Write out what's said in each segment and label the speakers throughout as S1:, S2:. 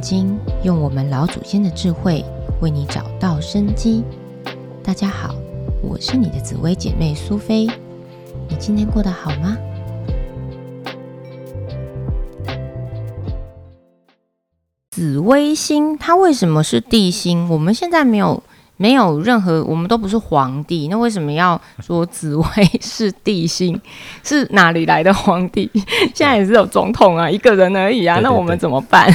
S1: 经，用我们老祖先的智慧，为你找到生机。大家好，我是你的紫薇姐妹苏菲。你今天过得好吗？紫微星它为什么是地星？我们现在没有没有任何，我们都不是皇帝，那为什么要说紫薇是地星？是哪里来的皇帝？现在也只有总统啊，一个人而已啊，
S2: 对对
S1: 那我们怎么办？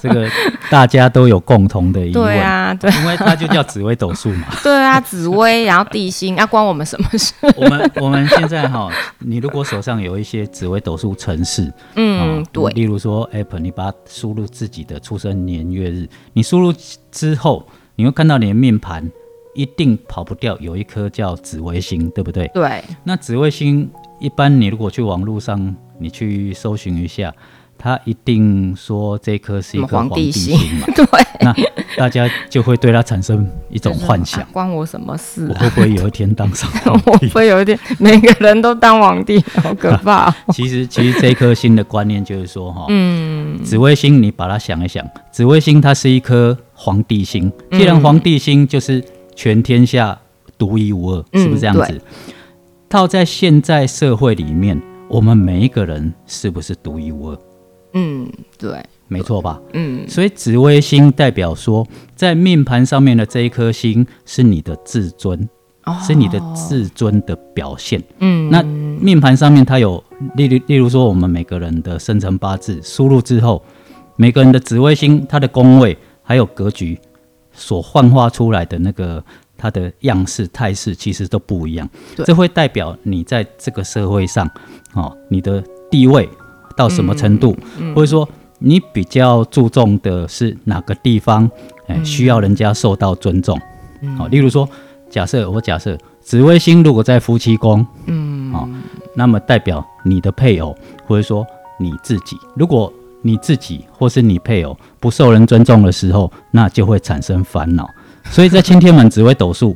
S2: 这个大家都有共同的疑问，
S1: 对啊，对
S2: 因为它就叫紫微斗数 嘛。
S1: 对啊，紫薇，然后地星，那、关我们什么事？
S2: 我们我们现在哈，你如果手上有一些紫微斗数程式，
S1: 嗯，
S2: 啊
S1: 对，
S2: 例如说 App，你把它输入自己的出生年月日，你输入之后，你会看到你的命盘一定跑不掉有一颗叫紫微星，对不对？
S1: 对，
S2: 那紫微星一般你如果去网络上你去搜寻一下，它一定说这颗是一
S1: 什么
S2: 颗
S1: 皇
S2: 皇
S1: 帝
S2: 帝
S1: 星
S2: 星嘛。
S1: 对，
S2: 那大家就会对他产生一种幻
S1: 啊：
S2: 想
S1: 关我什么事
S2: 我
S1: 啊？
S2: 会不会有一天当上
S1: 我
S2: 皇帝？
S1: 会有一点，每个人都当皇帝，好可怕、 哦。
S2: 其实，其实这颗星的观念就是说，哈、
S1: 嗯，
S2: 紫微星，你把它想一想，紫微星它是一颗皇帝星。
S1: 嗯
S2: 既然皇帝星就是全天下独一无二，
S1: 嗯
S2: 是不是这样子
S1: 对？
S2: 套在现在社会里面，我们每一个人是不是独一无二？
S1: 嗯，对，
S2: 没错吧？
S1: 嗯，
S2: 所以紫微星代表说，在命盘上面的这一颗星是你的自尊，
S1: 哦
S2: 是你的，自尊的表现。
S1: 嗯，
S2: 那命盘上面它有，例如例如说我们每个人的生辰八字输入之后，每个人的紫微星、它的宫位还有格局所幻化出来的那个它的样式态势，其实都不一样
S1: 对。
S2: 这会代表你在这个社会上，哦，你的地位到什么程度，或者说你比较注重的是哪个地方，哎、需要人家受到尊重。
S1: 嗯
S2: 好、例如说，假设我假设紫微星如果在夫妻宫，嗯，好、那么代表你的配偶或者说你自己，如果你自己或是你配偶不受人尊重的时候，那就会产生烦恼。所以在钦天门紫微斗数，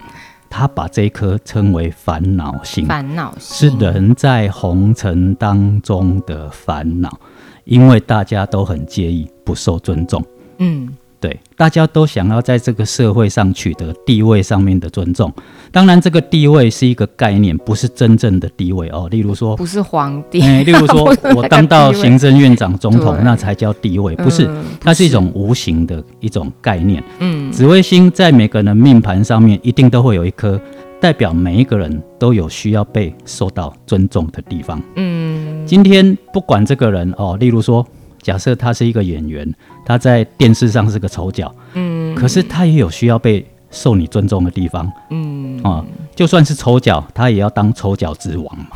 S2: 他把这一颗称为烦恼星，
S1: 烦恼
S2: 是
S1: 心，
S2: 人在红尘当中的烦恼，因为大家都很介意不受尊重。
S1: 嗯，
S2: 对，大家都想要在这个社会上取得地位上面的尊重。当然，这个地位是一个概念，不是真正的地位哦。例如说，
S1: 不是皇帝，
S2: 哎、例如
S1: 不
S2: 说
S1: 是那个
S2: 我当到
S1: 地位
S2: 行政院长、总统
S1: 对，
S2: 那才叫地位，不是，
S1: 嗯
S2: 它是一种无形的一种概念。
S1: 嗯
S2: 紫微星在每个人的命盘上面，一定都会有一颗代表每一个人都有需要被受到尊重的地方。
S1: 嗯
S2: 今天不管这个人哦，例如说，假设他是一个演员，他在电视上是个丑角，
S1: 嗯
S2: 可是他也有需要被受你尊重的地方
S1: 嗯，
S2: 啊、就算是丑角，他也要当丑角之王嘛。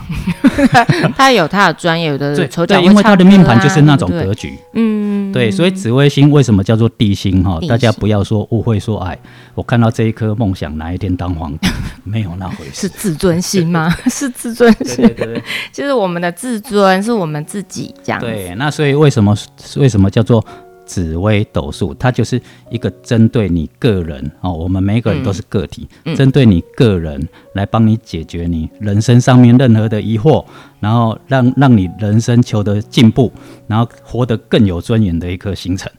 S1: 他有他的专业，有的丑角
S2: 对，
S1: 呃会
S2: 因为他的
S1: 唱歌
S2: 命盘就是那
S1: 啊
S2: 种
S1: 对不对
S2: 格局。
S1: 嗯，
S2: 对，所以紫微星为什么叫做地星哈
S1: 地？星
S2: 大家不要说误会说，哎，我看到这一颗梦想哪一天当 皇帝，没有那回
S1: 是
S2: 事。
S1: 自尊心吗？ 是自尊
S2: 对
S1: 心
S2: 对，对对
S1: 就是我们的自尊是我们自己这样子。
S2: 对，那所以为什么为什么叫做紫微斗数？它就是一个针对你个人哦，我们每一个人都是个体，
S1: 嗯
S2: 针对你个人来帮你解决你人生上面任何的疑惑，然后让让你人生求得进步，然后活得更有尊严的一颗星辰。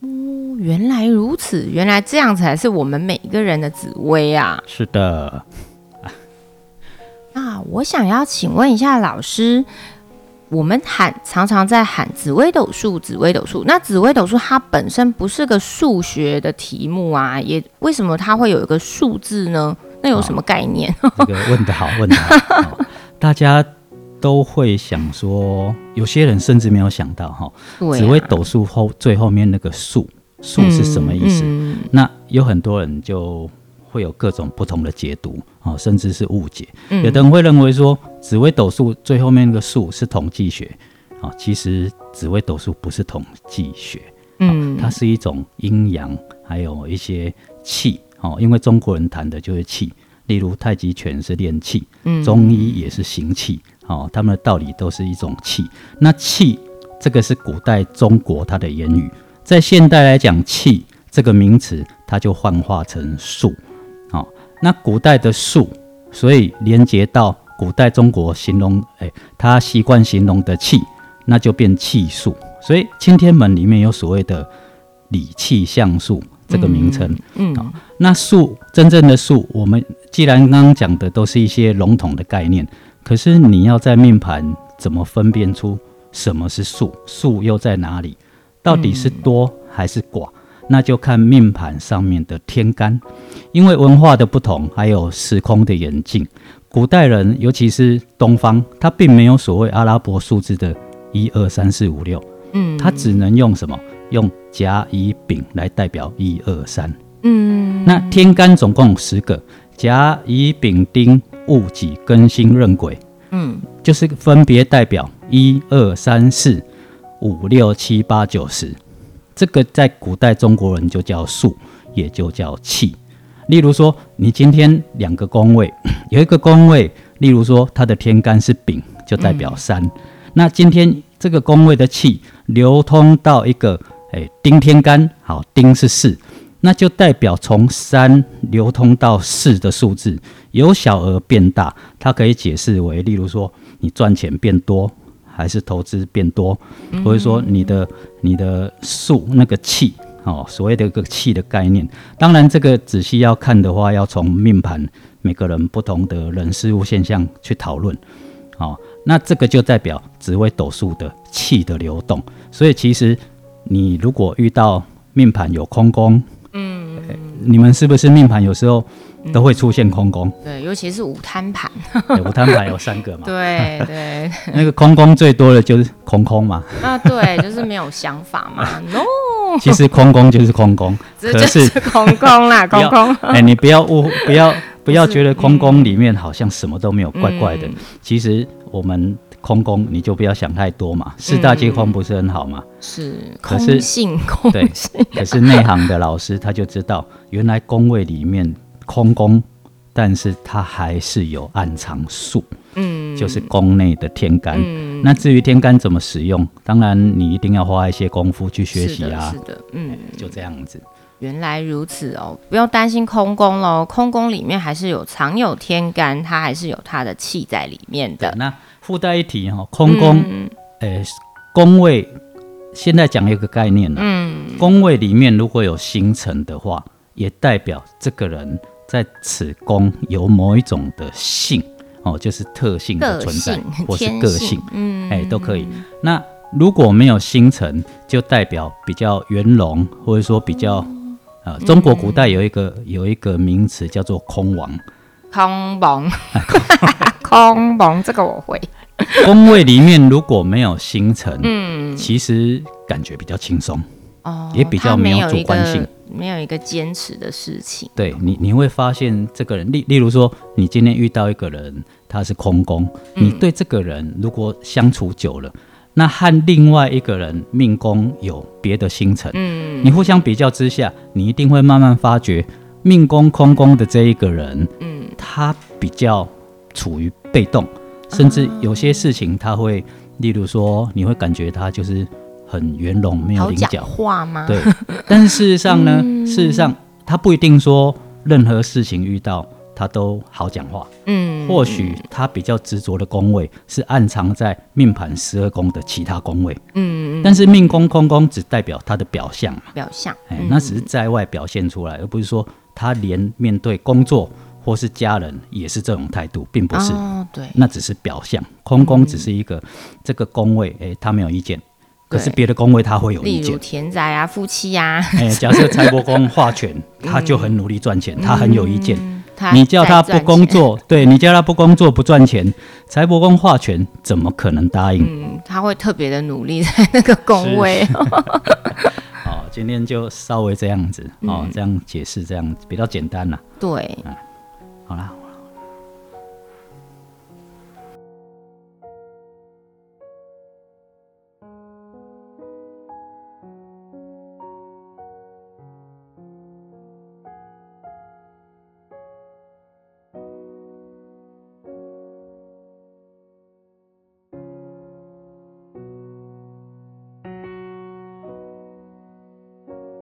S1: 哦原来如此，原来这样才是我们每一个人的紫薇啊。
S2: 是的，
S1: 那我想要请问一下老师，我们喊常常在喊紫微斗数，紫微斗数。那紫微斗数它本身不是个数学的题目啊，也为什么它会有一个数字呢？那有什么概念？
S2: 这个问得好，问得好，哦大家。都会想说，有些人甚至没有想到哈，
S1: 对、啊，
S2: 紫微斗数后最后面那个数数是什么意思？
S1: 嗯
S2: 那有很多人就会有各种不同的解读啊、哦甚至是误解。
S1: 嗯
S2: 有的人会认为说，紫微斗数最后面那个数是统计学啊、哦其实紫微斗数不是统计学，
S1: 嗯
S2: 它是一种阴阳，还有一些气哦。因为中国人谈的就是气，例如太极拳是练气，
S1: 嗯
S2: 中医也是行气哦，他们的道理都是一种气。那气这个是古代中国它的言语，在现代来讲，气这个名词它就幻化成数哦。那古代的数，所以连接到古代中国形容，哎，他习惯形容的气，那就变气数。所以《钦天门》里面有所谓的理气象术这个名称。哦
S1: 嗯，
S2: 好那术真正的术，我们既然刚刚讲的都是一些笼统的概念，可是你要在命盘怎么分辨出什么是术，术又在哪里？到底是多还是寡？那就看命盘上面的天干，因为文化的不同，还有时空的演进。古代人，尤其是东方，他并没有所谓阿拉伯数字的一二三四五六，
S1: 嗯，
S2: 他只能用什么？用甲乙丙来代表一二三。
S1: 嗯
S2: 那天干总共有十个，甲、乙、丙、丁、戊、己、庚、辛、壬、癸，
S1: 嗯
S2: 就是分别代表一、二、三、四、五、六、七、八、九、十。这个在古代中国人就叫数，也就叫气。例如说，你今天两个宫位，有一个宫位，例如说它的天干是丙，就代表三。那今天这个宫位的气流通到一个诶丁天干，好，丁是四，那就代表从三流通到四的数字由小而变大，它可以解释为，例如说你赚钱变多，还是投资变多，或者说你的你的数那个气哦，所谓的一个气的概念。当然，这个仔细要看的话，要从命盘每个人不同的人事物现象去讨论。哦，那这个就代表紫微斗数的气的流动。所以其实你如果遇到命盘有空宫，嗯，你们是不是命盘有时候都会出现空宫？
S1: 对，尤其是午摊盘，
S2: 对我摊牌有三个嘛，
S1: 对嗯 对
S2: 那个空宫最多的就是空 空嘛。
S1: 啊，对，就是没有想法 嘛，no，
S2: 其实空宫就是空宫，
S1: 这
S2: 可
S1: 就是是空空啦，
S2: 不
S1: 空
S2: 要
S1: 空，
S2: 哎、你不 要误，不要不要觉得空宫里面好像什么都没有，怪怪的。
S1: 嗯
S2: 其实我们空宫你就不要想太多嘛，四大皆空不是很好嘛？
S1: 是
S2: 可
S1: 空
S2: 是
S1: 性空
S2: 对
S1: 性，
S2: 可是内行的老师他就知道，原来宫位里面空宫，但是它还是有暗藏术，
S1: 嗯，
S2: 就是宫内的天干。
S1: 嗯，
S2: 那至于天干怎么使用，当然你一定要花一些功夫去学
S1: 是
S2: 习
S1: 的
S2: 啊
S1: 是，的，嗯，
S2: 就这样子。
S1: 原来如此哦，不用担心空宫喽，空宫里面还是有藏有天干，它还是有它的气在里面的。
S2: 那附带一提哈，空宫
S1: 嗯
S2: 诶，宫位现在讲一个概念哦呢、
S1: 嗯
S2: 宫位里面如果有星辰的话，也代表这个人在此宫有某一种的性哦，就是特性的
S1: 个
S2: 存在
S1: 性，
S2: 或是
S1: 天
S2: 个性
S1: 性，，嗯，
S2: 哎、都可以。那如果没有星辰，就代表比较圆融，或者说比较。
S1: 嗯
S2: 呃，中国古代有一个有一个名词叫做空王，
S1: 空 蒙，空蒙，这个我会。
S2: 宫位里面如果没有星辰，
S1: 嗯，
S2: 其实感觉比较轻松。
S1: 哦，
S2: 也比较
S1: 他
S2: 没有
S1: 有
S2: 主
S1: 一
S2: 观
S1: 个
S2: 性，
S1: 没有一个坚持的事情。
S2: 对你，你会发现这个人，例例如说，你今天遇到一个人，他是空宫，
S1: 嗯
S2: 你对这个人如果相处久了，那和另外一个人命宫有别的星辰，
S1: 嗯
S2: 你互相比较之下，你一定会慢慢发觉，命宫空宫的这一个人，
S1: 嗯，
S2: 他比较处于被
S1: 啊
S2: 动，甚至有些事情他会，例如说，你会感觉他就是很圆融，没有
S1: 好
S2: 棱
S1: 讲
S2: 角，
S1: 话吗？
S2: 对，但是事实上呢，
S1: 嗯
S2: 事实上他不一定说任何事情遇到他都好讲话，
S1: 嗯，
S2: 或许他比较执着的宫位是暗藏在命盘十二宫的其他宫位，
S1: 嗯嗯
S2: 但是命宫空宫只代表他的表象嘛，
S1: 表象，
S2: 哎、
S1: 嗯
S2: 那只是在外表现出来，而不是说他连面对工作或是家人也是这种态度，并不是。
S1: 哦，嗯对，
S2: 那只是表象，空宫只是一个、这个宫位，哎、他没有意见，可是
S1: 对
S2: 别的宫位他会有意
S1: 例
S2: 见
S1: 如。田宅啊、夫妻啊，
S2: 哎、假设财帛宫化权，他就很努力赚钱，他很有意见。
S1: 嗯他
S2: 你叫
S1: 在
S2: 他不
S1: 赚
S2: 工
S1: 钱，
S2: 作，对你叫他不工作不赚钱，财帛宫化权怎么可能答应？
S1: 嗯，他会特别的努力在那个工位。
S2: 哦，今天就
S1: 嗯
S2: 稍微这样子哦，这样解释，这样比较简单了。
S1: 对，
S2: 好啦，